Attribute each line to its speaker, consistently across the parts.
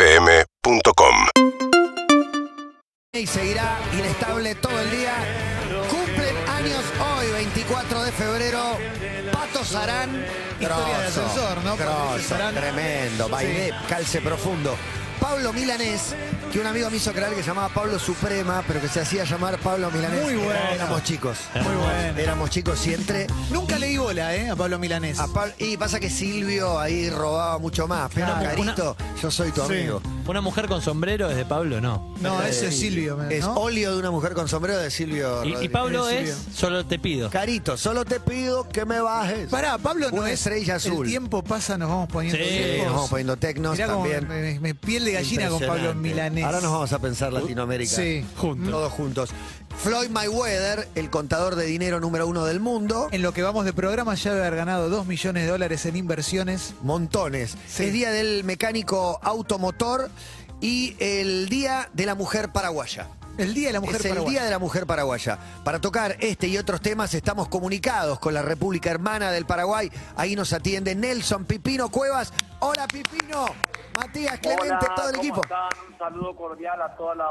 Speaker 1: UrbanaPlayFM.com
Speaker 2: y seguirá inestable todo el día. Cumplen años hoy, 24 de febrero. Pato Sarán,
Speaker 3: Historia de
Speaker 2: Grosso,
Speaker 3: ascensor, ¿no?
Speaker 2: grosso,
Speaker 3: Pato Sarán.
Speaker 2: tremendo. Bailé, calce profundo. Pablo Milanés, que un amigo me hizo creer que se llamaba Pablo Suprema, pero que se hacía llamar Pablo Milanés.
Speaker 3: Muy bueno.
Speaker 2: Éramos chicos.
Speaker 3: Muy bueno.
Speaker 2: Éramos chicos siempre.
Speaker 3: Nunca leí bola, ¿eh? A Pablo Milanés.
Speaker 2: A Pab- y pasa que Silvio ahí robaba mucho más. Pero
Speaker 4: Claro.
Speaker 2: Carito, yo soy tu
Speaker 3: Sí.
Speaker 2: amigo. Eh,
Speaker 4: Una mujer con sombrero es de Pablo, no.
Speaker 3: no, ese es Silvio. ¿no?
Speaker 2: Es óleo de una mujer con sombrero de Silvio.
Speaker 4: Y, y
Speaker 2: Rodríguez.
Speaker 4: Pablo
Speaker 3: Sí,
Speaker 4: es,
Speaker 3: bien.
Speaker 4: solo te pido.
Speaker 2: Carito, solo te pido que me bajes.
Speaker 3: Pará, Pablo no
Speaker 2: Una
Speaker 3: es.
Speaker 2: estrella azul.
Speaker 3: El tiempo pasa, nos vamos poniendo
Speaker 4: Sí,
Speaker 2: Sí,
Speaker 3: viejos.
Speaker 2: nos vamos poniendo tecnos
Speaker 3: Mirá cómo
Speaker 2: también.
Speaker 3: me, me- me piel de gallina con Pablo
Speaker 2: Impresionante.
Speaker 3: Milanés.
Speaker 2: Ahora nos vamos a pensar Latinoamérica.
Speaker 3: Sí.
Speaker 4: Juntos.
Speaker 2: Todos juntos. Floyd Mayweather, el contador de dinero número uno del mundo.
Speaker 3: En lo que vamos de programa ya debe haber ganado 2 millones de dólares en inversiones.
Speaker 2: Montones.
Speaker 3: Sí.
Speaker 2: Es día del mecánico automotor y el día de la mujer paraguaya.
Speaker 3: El Día de la Mujer
Speaker 2: es el
Speaker 3: Paraguaya.
Speaker 2: Día de la Mujer Paraguaya. Para tocar este y otros temas estamos comunicados con la República Hermana del Paraguay. Ahí nos atiende Nelson Pipino Cuevas. Hola Pipino, Matías Clemente,
Speaker 5: Hola,
Speaker 2: todo el
Speaker 5: ¿cómo
Speaker 2: equipo.
Speaker 5: están? Un saludo cordial a toda la,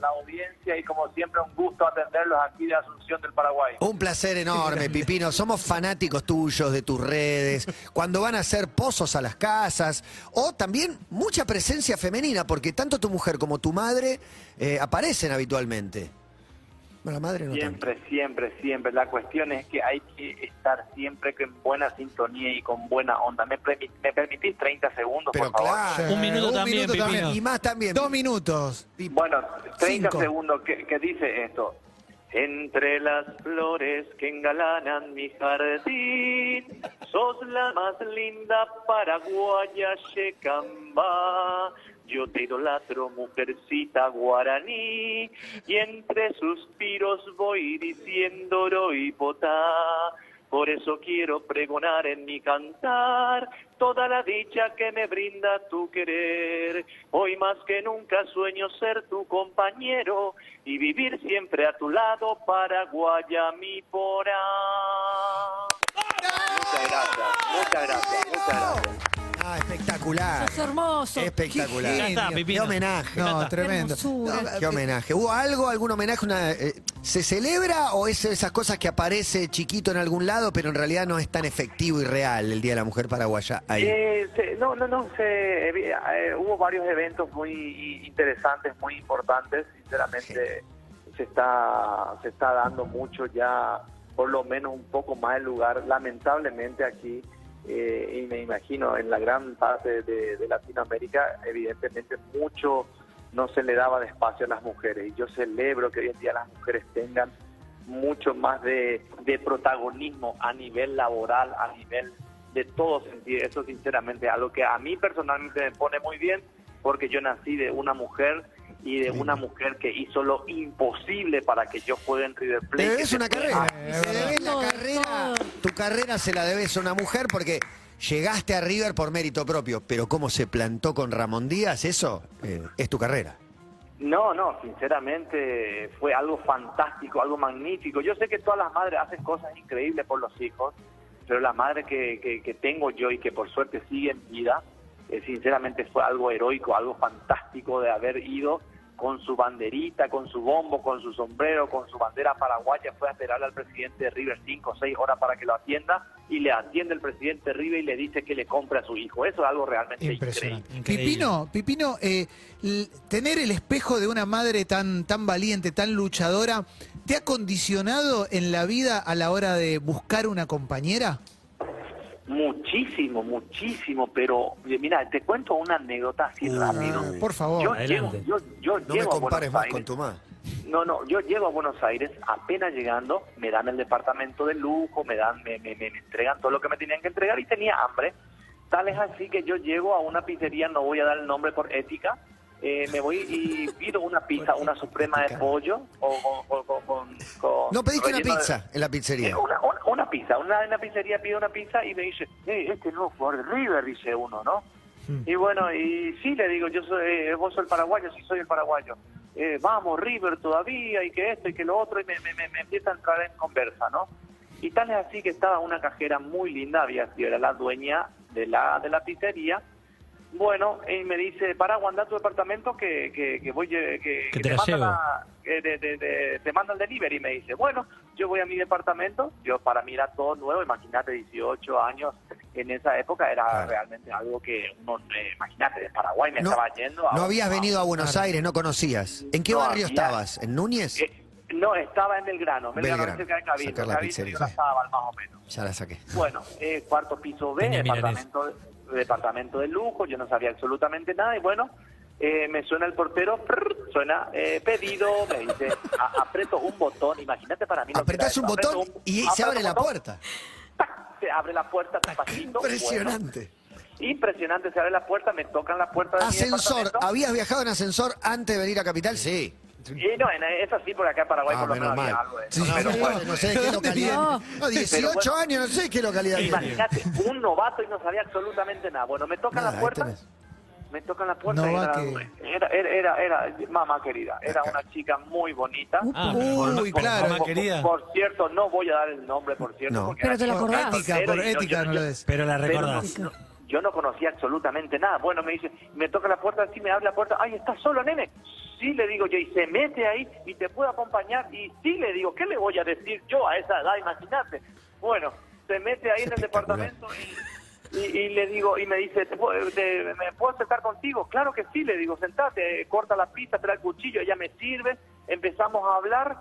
Speaker 5: la audiencia y como siempre un gusto atenderlos aquí de Asunción del Paraguay.
Speaker 2: Un placer enorme, Pipino. Somos fanáticos tuyos, de tus redes, cuando van a hacer pozos a las casas, o también mucha presencia femenina, porque tanto tu mujer como tu madre eh, aparecen habitualmente. Bueno, la madre no tanto.
Speaker 5: Siempre, siempre, siempre. La cuestión es que hay que estar siempre en buena sintonía y con buena onda. ¿Me, premi- me permitís 30 segundos,
Speaker 2: Pero
Speaker 5: por favor?
Speaker 2: claro.
Speaker 4: Un minuto también, Pipino.
Speaker 2: Y más también.
Speaker 3: Dos minutos.
Speaker 5: Bueno, 30
Speaker 3: Cinco.
Speaker 5: segundos. ¿Qué, qué dice esto? Entre las flores que engalanan mi jardín, sos la más linda paraguaya Yecamba. Yo te idolatro, mujercita guaraní, y entre suspiros voy diciendo roipotá. Por eso quiero pregonar en mi cantar toda la dicha que me brinda tu querer. Hoy más que nunca sueño ser tu compañero y vivir siempre a tu lado, Paraguaya, mi porá. Muchas gracias, muchas gracias, muchas gracias.
Speaker 2: Ah, espectacular.
Speaker 6: Sos hermoso.
Speaker 2: Espectacular.
Speaker 3: Qué
Speaker 4: Ya está,
Speaker 2: Qué
Speaker 4: Pipino.
Speaker 2: homenaje.
Speaker 3: No, tremendo.
Speaker 6: hermosura.
Speaker 2: No, Qué homenaje. ¿Hubo algo, algún homenaje? Una, eh, ¿Se celebra o es esas cosas que aparece chiquito en algún lado, pero en realidad no es tan efectivo y real el Día de la Mujer Paraguaya ahí?
Speaker 5: Eh, se- no, no, no, se- eh, vi- eh, hubo varios eventos muy interesantes, muy importantes, sinceramente se está, se está dando mucho ya, por lo menos un poco más el lugar, lamentablemente aquí, eh, y me imagino en la gran parte de, de Latinoamérica, evidentemente mucho no se le daba despacio a las mujeres, y yo celebro que hoy en día las mujeres tengan mucho más de, de protagonismo a nivel laboral, a nivel de todo sentido. Eso sinceramente es algo que a mí personalmente me pone muy bien porque yo nací de una mujer y de una mujer que hizo lo imposible para que yo juegue en River
Speaker 2: Te
Speaker 5: Plate. que Ah,
Speaker 2: debes
Speaker 5: se
Speaker 2: una
Speaker 5: fue
Speaker 2: carrera.
Speaker 5: a-
Speaker 3: es
Speaker 2: Se
Speaker 3: verdad.
Speaker 2: debes la
Speaker 6: Todo,
Speaker 2: carrera.
Speaker 6: todo.
Speaker 2: Tu carrera se la debes a una mujer porque llegaste a River por mérito propio. Pero cómo se plantó con Ramón Díaz, eso eh, es tu carrera.
Speaker 5: No, no, sinceramente fue algo fantástico, algo magnífico. Yo sé que todas las madres hacen cosas increíbles por los hijos, pero la madre que, que- que tengo yo y que por suerte sigue en vida, eh, sinceramente fue algo heroico, algo fantástico de haber ido con su banderita, con su bombo, con su sombrero, con su bandera paraguaya, fue a esperar al presidente de River cinco o seis horas para que lo atienda y le atiende el presidente de River y le dice que le compre a su hijo. Eso es algo realmente increíble.
Speaker 3: Impresionante.
Speaker 4: Increíble.
Speaker 3: Pipino, Pipino eh, l- tener el espejo de una madre tan, tan valiente, tan luchadora, ¿te ha condicionado en la vida a la hora de buscar una compañera?
Speaker 5: Muchísimo, muchísimo, pero eh, mira, te cuento una anécdota así rápido.
Speaker 3: Ah, Por favor.
Speaker 5: Yo
Speaker 4: adelante.
Speaker 5: llego, yo, yo
Speaker 2: Oh, No me
Speaker 5: llego a
Speaker 2: compares
Speaker 5: Buenos
Speaker 2: más
Speaker 5: Aires.
Speaker 2: con tu madre.
Speaker 5: No, no, yo llego a Buenos Aires, apenas llegando, me dan el departamento de lujo, me dan, me, me- me- me entregan todo lo que me tenían que entregar y tenía hambre. Tal es así que yo llego a una pizzería, no voy a dar el nombre por ética, eh, me voy y pido una pizza, una suprema de pollo o, o- o- o- con- con
Speaker 2: No pediste una
Speaker 5: relleno de-
Speaker 2: pizza en la
Speaker 5: eh,
Speaker 2: pizzería.
Speaker 5: Una, una, una pizza, una en la pizzería pide una pizza y me dice, "Eh, este nuevo jugador de River, dice uno, ¿no?
Speaker 4: Hmm.
Speaker 5: Y bueno, y sí, le digo, yo soy, eh, vos sos el paraguayo, sí soy el paraguayo. Eh, vamos, River todavía, y que esto, y que lo otro, y me, me, me- me empieza a entrar en conversa, ¿no? Y tal es así que estaba una cajera muy linda, había sido, era la dueña de la, de la pizzería, Bueno, y me dice, para, anda a tu departamento que, que, que voy, eh, que,
Speaker 4: te la
Speaker 5: mandan
Speaker 4: llevo.
Speaker 5: a- que te- te- te- te mandan delivery. Y me dice, bueno, yo voy a mi departamento. Yo, para mí era todo nuevo, imagínate, 18 años en esa época era
Speaker 2: Claro.
Speaker 5: realmente algo que uno, eh, imagínate, de Paraguay me
Speaker 2: No,
Speaker 5: estaba yendo. a-
Speaker 2: no habías
Speaker 5: a-
Speaker 2: venido a Buenos Aires, no conocías. ¿En qué
Speaker 5: No
Speaker 2: barrio
Speaker 5: había.
Speaker 2: estabas? ¿En Núñez?
Speaker 5: Eh, no, estaba en Belgrano, Belgrano,
Speaker 2: Belgrano,
Speaker 5: cerca de Cabildo,
Speaker 2: sacar la
Speaker 5: Cabildo y
Speaker 2: pizzería.
Speaker 5: Olazábal, más o menos.
Speaker 2: Ya la saqué.
Speaker 5: Bueno, eh, cuarto piso B,
Speaker 4: Tenía
Speaker 5: departamento, departamento de lujo, yo no sabía absolutamente nada y bueno, eh, me suena el portero, prrr, suena eh, pedido, me dice, a- aprieto un botón, imagínate para mí. lo que
Speaker 2: Apretás
Speaker 5: era
Speaker 2: un
Speaker 5: eso,
Speaker 2: botón
Speaker 5: aprieto un-
Speaker 2: y se
Speaker 5: aprieto
Speaker 2: abre
Speaker 5: un
Speaker 2: la
Speaker 5: botón,
Speaker 2: puerta.
Speaker 5: ¡tac! Se abre la puerta, despacito. bueno,
Speaker 2: Impresionante.
Speaker 5: impresionante, se abre la puerta, me tocan la puerta de mi
Speaker 2: Ascensor.
Speaker 5: departamento.
Speaker 2: ¿Habías viajado en ascensor antes de venir a Capital? Sí.
Speaker 5: Y no, en- es así por acá en Paraguay,
Speaker 2: Ah,
Speaker 5: por lo menos
Speaker 2: menos
Speaker 5: había
Speaker 2: mal.
Speaker 5: algo de
Speaker 2: Sí,
Speaker 5: eso, pero
Speaker 2: no,
Speaker 5: bueno.
Speaker 2: no sé de qué localidad. No, 18 años, no sé de qué localidad. viene.
Speaker 5: Imagínate, un novato y no sabía absolutamente nada. Bueno, me
Speaker 3: Ah,
Speaker 5: tocan
Speaker 2: Nada,
Speaker 5: la
Speaker 2: ahí
Speaker 5: puerta.
Speaker 2: tenés.
Speaker 5: Me tocan la puerta.
Speaker 3: No
Speaker 5: y
Speaker 3: va
Speaker 5: era,
Speaker 3: que-
Speaker 5: era, era, era, era- mamá querida. Era una chica muy bonita.
Speaker 4: Ah,
Speaker 3: Uy,
Speaker 5: Por-
Speaker 3: claro.
Speaker 4: mamá
Speaker 5: por,
Speaker 4: querida.
Speaker 5: Por cierto, no voy a dar el nombre, por cierto.
Speaker 2: No.
Speaker 5: porque
Speaker 7: Pero
Speaker 5: era
Speaker 7: te lo
Speaker 5: chica
Speaker 7: acordás.
Speaker 3: ética,
Speaker 5: soltera
Speaker 3: por
Speaker 5: y yo-
Speaker 3: ética
Speaker 5: yo-
Speaker 3: no
Speaker 5: yo-
Speaker 3: lo des.
Speaker 4: Pero la
Speaker 5: pero
Speaker 4: recordás.
Speaker 5: no- no, yo no conocía absolutamente nada. Bueno, me dice, me toca la puerta, así me abre la puerta. Ay, ¿estás solo, nene? Sí, le digo yo, y se mete ahí y te puedo acompañar. Y sí, le digo, ¿qué le voy a decir yo a esa edad? Imagínate. Bueno, se mete ahí
Speaker 2: Es
Speaker 5: en el
Speaker 2: espectacular.
Speaker 5: departamento y, y- y le digo, y me dice, ¿Te puedo- te- ¿me puedo sentar contigo? Claro que sí, le digo, sentate, eh, corta la pizza, trae el cuchillo, ella me sirve. Empezamos a hablar.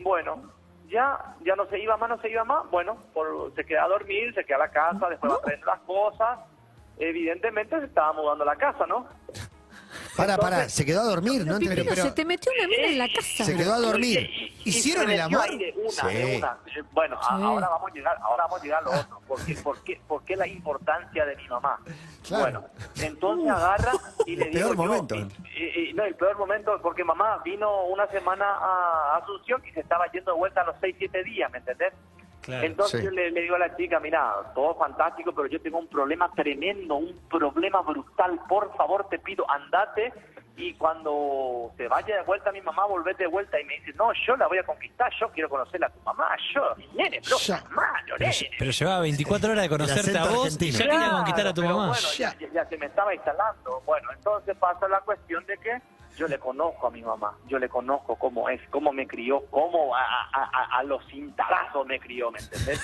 Speaker 5: Bueno, ya, ya no se iba más, no se iba más. Bueno, por- se queda a dormir, se queda a la casa, después va a prender las cosas. Evidentemente se estaba mudando a la casa, ¿no?
Speaker 2: Pará, pará, se quedó a dormir, no entendí.
Speaker 7: Pipino, se te metió una mina en la casa.
Speaker 2: Se quedó a dormir.
Speaker 3: ¿Hicieron
Speaker 5: se
Speaker 3: el
Speaker 5: metió
Speaker 3: amor?
Speaker 5: ahí de una,
Speaker 2: Sí. Ah.
Speaker 5: de una. Eh, Bueno, a-
Speaker 7: Sí.
Speaker 5: ahora vamos a llegar, ahora vamos a llegar a lo otro. ¿Por qué, por qué- por qué la importancia de mi mamá?
Speaker 2: Claro.
Speaker 5: Bueno, entonces agarra y le
Speaker 2: El
Speaker 5: digo
Speaker 2: peor
Speaker 5: yo,
Speaker 2: momento.
Speaker 5: y- y- y- no, el peor momento porque mamá vino una semana a Asunción y se estaba yendo de vuelta a los 6, 7 días, ¿me entendés?
Speaker 4: Claro.
Speaker 5: Entonces
Speaker 2: Sí.
Speaker 5: yo le, le digo a la chica, mira, todo fantástico, pero yo tengo un problema tremendo, un problema brutal, por favor te pido, andate y cuando se vaya de vuelta mi mamá, volvete de vuelta y me dice, no, yo la voy a conquistar, yo quiero conocer a tu mamá, yo, nene, bro,
Speaker 3: Ya.
Speaker 5: mamá,
Speaker 4: Pero,
Speaker 5: Lorena".
Speaker 4: pero llevaba 24 horas de conocerte
Speaker 2: acento
Speaker 4: a vos y
Speaker 2: argentino.
Speaker 4: ya quería conquistar a tu
Speaker 5: Claro, pero
Speaker 4: mamá.
Speaker 5: Bueno, ya, ya- ya se me estaba instalando. Bueno, entonces pasa la cuestión de que yo le conozco a mi mamá, yo le conozco cómo es, cómo me crió, cómo a, a- a- a los cintarazos me crió, ¿me entendés?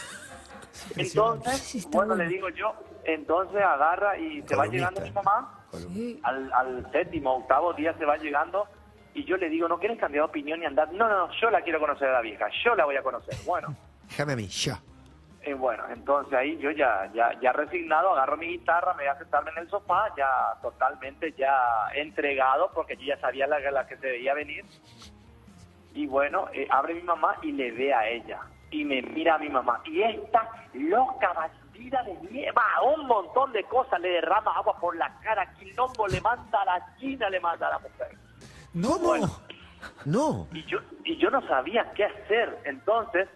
Speaker 7: Sí,
Speaker 5: Entonces,
Speaker 7: está
Speaker 5: bueno,
Speaker 7: bueno.
Speaker 5: le digo yo, entonces agarra y se va llegando mi mamá
Speaker 7: Sí.
Speaker 5: al, al séptimo, octavo día se va llegando y yo le digo, ¿no quieres cambiar de opinión y andar? No, no, no, yo la quiero conocer a la vieja, yo la voy a conocer. Bueno.
Speaker 2: Déjame a mí, ya.
Speaker 5: Y Eh, bueno, entonces ahí yo ya, ya, ya resignado, agarro mi guitarra, me voy a sentarme en el sofá, ya totalmente ya entregado, porque yo ya sabía la, la que se veía venir. Y bueno, eh, abre mi mamá y le ve a ella. Y me mira a mi mamá. Y esta loca bandida de mierda, un montón de cosas, le derrama agua por la cara, quilombo, le manda a la china, le manda a la mujer.
Speaker 3: No,
Speaker 5: Bueno.
Speaker 2: No.
Speaker 5: Y yo, y yo no sabía qué hacer. Entonces,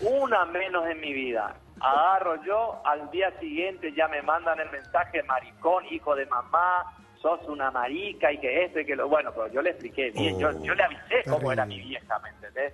Speaker 5: una menos en mi vida. Agarro yo, al día siguiente ya me mandan el mensaje, maricón, hijo de mamá, sos una marica y que esto y que lo... Bueno, pero yo le expliqué bien, yo, yo le avisé cómo era mi vieja, ¿me entendés?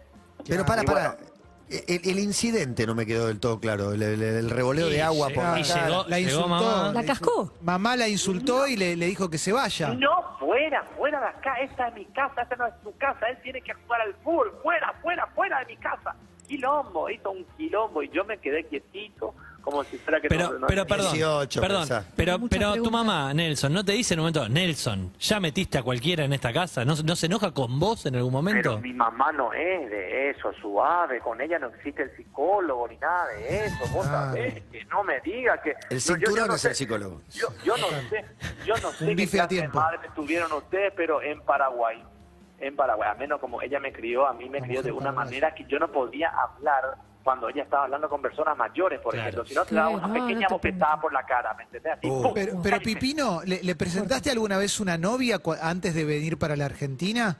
Speaker 2: Pero para,
Speaker 5: Y
Speaker 2: para.
Speaker 5: bueno,
Speaker 2: El, el incidente no me quedó del todo claro. El, el- el revoleo
Speaker 4: Y
Speaker 2: de agua
Speaker 4: llegó-
Speaker 5: Ah,
Speaker 2: por la
Speaker 4: y
Speaker 2: cara.
Speaker 4: llegó-
Speaker 3: la insultó.
Speaker 4: mamá.
Speaker 7: La cascó.
Speaker 3: Mamá la insultó y le, le dijo que se vaya.
Speaker 5: No, fuera, fuera de acá, esta es mi casa, esta no es tu casa, él tiene que jugar al fútbol, fuera, fuera, fuera de mi casa. Quilombo, hizo un quilombo y yo me quedé quietito como si fuera que
Speaker 4: Pero,
Speaker 5: no- no-
Speaker 4: pero perdón,
Speaker 2: 18
Speaker 4: perdón,
Speaker 2: pensá.
Speaker 4: pero,
Speaker 7: Muchas
Speaker 4: pero tu
Speaker 7: preguntas.
Speaker 4: mamá, Nelson, ¿no te dice en un momento, Nelson, ya metiste a cualquiera en esta casa? ¿No, no se enoja con vos en algún
Speaker 5: Pero
Speaker 4: momento?
Speaker 5: mi mamá no es de eso, suave, con ella no existe el psicólogo ni nada de eso, vos
Speaker 3: Ah.
Speaker 5: sabés, que no me digas que...
Speaker 2: El
Speaker 5: yo- yo- yo
Speaker 2: cinturón
Speaker 5: no
Speaker 2: es
Speaker 5: sé,
Speaker 2: el psicólogo.
Speaker 5: Yo, yo no sé, yo no sé
Speaker 3: Un
Speaker 5: qué
Speaker 3: bife a
Speaker 5: clase de
Speaker 3: tiempo.
Speaker 5: madres tuvieron ustedes, pero en Paraguay, en Paraguay, al menos como ella me crió, a mí me crió de una manera que yo no podía hablar cuando ella estaba hablando con personas mayores, por
Speaker 4: Claro.
Speaker 5: ejemplo, si no te daba
Speaker 7: Claro,
Speaker 5: una
Speaker 7: no, no
Speaker 5: pequeña
Speaker 7: te
Speaker 5: bofetada
Speaker 7: permite.
Speaker 5: por la cara, ¿me entendés? Así,
Speaker 2: Oh.
Speaker 5: ¡pum!
Speaker 3: Pero, pero
Speaker 5: Ay,
Speaker 3: Pipino, ¿le, le presentaste alguna vez una novia cua- antes de venir para la Argentina?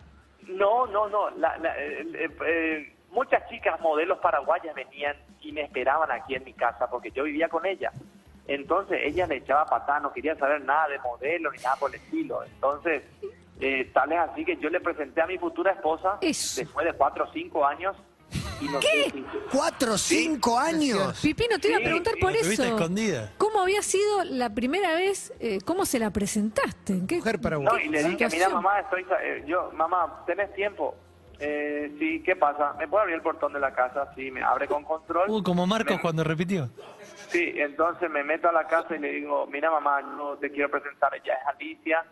Speaker 5: No, no, no. La- la- eh, eh, eh, muchas chicas modelos paraguayas venían y me esperaban aquí en mi casa porque yo vivía con ella. Entonces ella le echaba patada, no quería saber nada de modelo ni nada por el estilo. Entonces, eh, tal es así que yo le presenté a mi futura esposa
Speaker 7: Eso.
Speaker 5: después de cuatro o cinco años.
Speaker 7: Y nos-
Speaker 8: ¿Qué?
Speaker 2: ¿Cuatro, cinco años?
Speaker 8: Pipino, te iba a preguntar por
Speaker 4: La tuviste
Speaker 8: eso.
Speaker 4: escondida.
Speaker 8: ¿Cómo había sido la primera vez? eh, ¿Cómo se la presentaste? ¿En qué
Speaker 3: Mujer para vos.
Speaker 7: No, y le dije, mira
Speaker 8: situación?
Speaker 7: mamá, estoy, sa- eh, yo, mamá, ¿tenés tiempo? Eh, sí, ¿qué pasa? ¿Me puedo abrir el portón de la casa? Sí, me abre con control.
Speaker 4: Uh, como Marcos
Speaker 7: Me-
Speaker 4: cuando repitió.
Speaker 7: Sí, entonces me meto a la casa y le digo, mira mamá, yo te quiero presentar, ella es Alicia,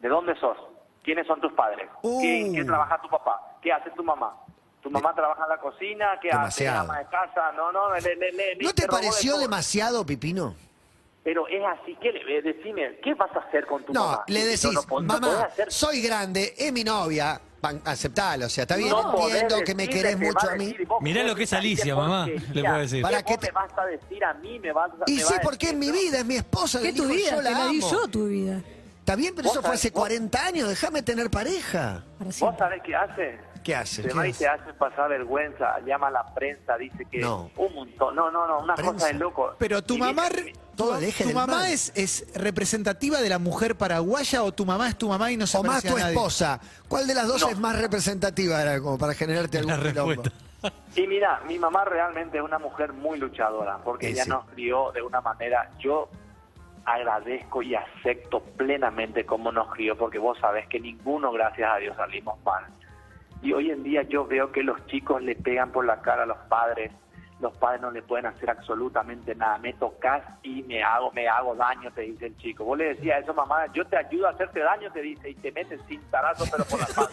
Speaker 7: ¿de dónde sos? ¿Quiénes son tus padres? ¿Qué,
Speaker 2: Uh. Eh,
Speaker 7: qué trabaja tu papá? ¿Qué hace tu mamá? ¿Tu mamá trabaja en la cocina? ¿Qué
Speaker 2: Demasiado.
Speaker 7: hace? ¿Es ama de casa? No, no, le, le, le, le
Speaker 2: ¿No te
Speaker 7: robó de
Speaker 2: pareció
Speaker 7: todo.
Speaker 2: demasiado, Pipino?
Speaker 7: Pero es así, que le, eh, decime, ¿qué vas a hacer con tu
Speaker 2: No,
Speaker 7: mamá?
Speaker 2: le
Speaker 7: No,
Speaker 2: decís,
Speaker 7: no po- no podés
Speaker 2: mamá,
Speaker 7: hacer-
Speaker 2: soy grande, es mi novia, van- aceptalo, o sea, está bien,
Speaker 7: No podés
Speaker 2: entiendo que me
Speaker 7: decirle,
Speaker 2: querés
Speaker 7: te va
Speaker 2: mucho a mí.
Speaker 7: decir, vos
Speaker 4: Mirá
Speaker 7: sos
Speaker 4: lo que es
Speaker 7: una
Speaker 4: Alicia,
Speaker 7: vieja
Speaker 4: mamá,
Speaker 7: porquería.
Speaker 4: le puedo decir.
Speaker 2: Para
Speaker 7: Vos
Speaker 2: que te-
Speaker 7: me vas a decir a mí, me vas a...
Speaker 2: Y
Speaker 7: me
Speaker 2: sí,
Speaker 7: vas a
Speaker 2: porque es
Speaker 7: decir,
Speaker 2: mi
Speaker 7: ¿no?
Speaker 2: vida, es mi esposa,
Speaker 8: ¿Qué
Speaker 2: le
Speaker 8: tu
Speaker 2: dijo,
Speaker 8: vida?
Speaker 2: yo
Speaker 8: Te
Speaker 2: la
Speaker 8: la di
Speaker 2: amo.
Speaker 8: yo tu vida.
Speaker 2: Está bien, pero
Speaker 7: Vos
Speaker 2: eso fue hace
Speaker 7: sabés, vos-
Speaker 2: 40 años, déjame tener pareja.
Speaker 8: Para
Speaker 7: ¿Vos
Speaker 8: siempre.
Speaker 7: sabés qué hace?
Speaker 2: ¿Qué hace?
Speaker 7: Se
Speaker 2: ¿Qué
Speaker 7: va y
Speaker 2: hace?
Speaker 7: te hace pasar vergüenza, llama a la prensa, dice que
Speaker 2: No.
Speaker 7: un montón. No, no, no, una
Speaker 2: Prensa.
Speaker 7: cosa de loco.
Speaker 3: Pero tu
Speaker 7: Y
Speaker 3: mamá,
Speaker 7: dice,
Speaker 3: re- tu,
Speaker 2: Todo
Speaker 3: ma-
Speaker 2: deje
Speaker 3: tu
Speaker 2: del
Speaker 3: mamá
Speaker 2: mal.
Speaker 3: es, es representativa de la mujer paraguaya o tu mamá es tu mamá y no se
Speaker 2: O más
Speaker 3: parece a
Speaker 2: tu
Speaker 3: nadie?
Speaker 2: esposa. ¿Cuál de las dos
Speaker 7: No.
Speaker 2: es más representativa era como para generarte
Speaker 4: La
Speaker 2: algún quilombo?
Speaker 4: respuesta.
Speaker 7: Y mira, mi mamá realmente es una mujer muy luchadora, porque
Speaker 2: Sí,
Speaker 7: ella
Speaker 2: sí.
Speaker 7: nos crió de una manera, yo agradezco y acepto plenamente cómo nos crió, porque vos sabés que ninguno, gracias a Dios, salimos mal. Y hoy en día yo veo que los chicos le pegan por la cara a los padres, los padres no le pueden hacer absolutamente nada, me tocas y me hago, me hago daño, te dice el chico. Vos le decías a eso, mamá, yo te ayudo a hacerte daño, te dice, y te metes sin tarazo, pero por la espalda.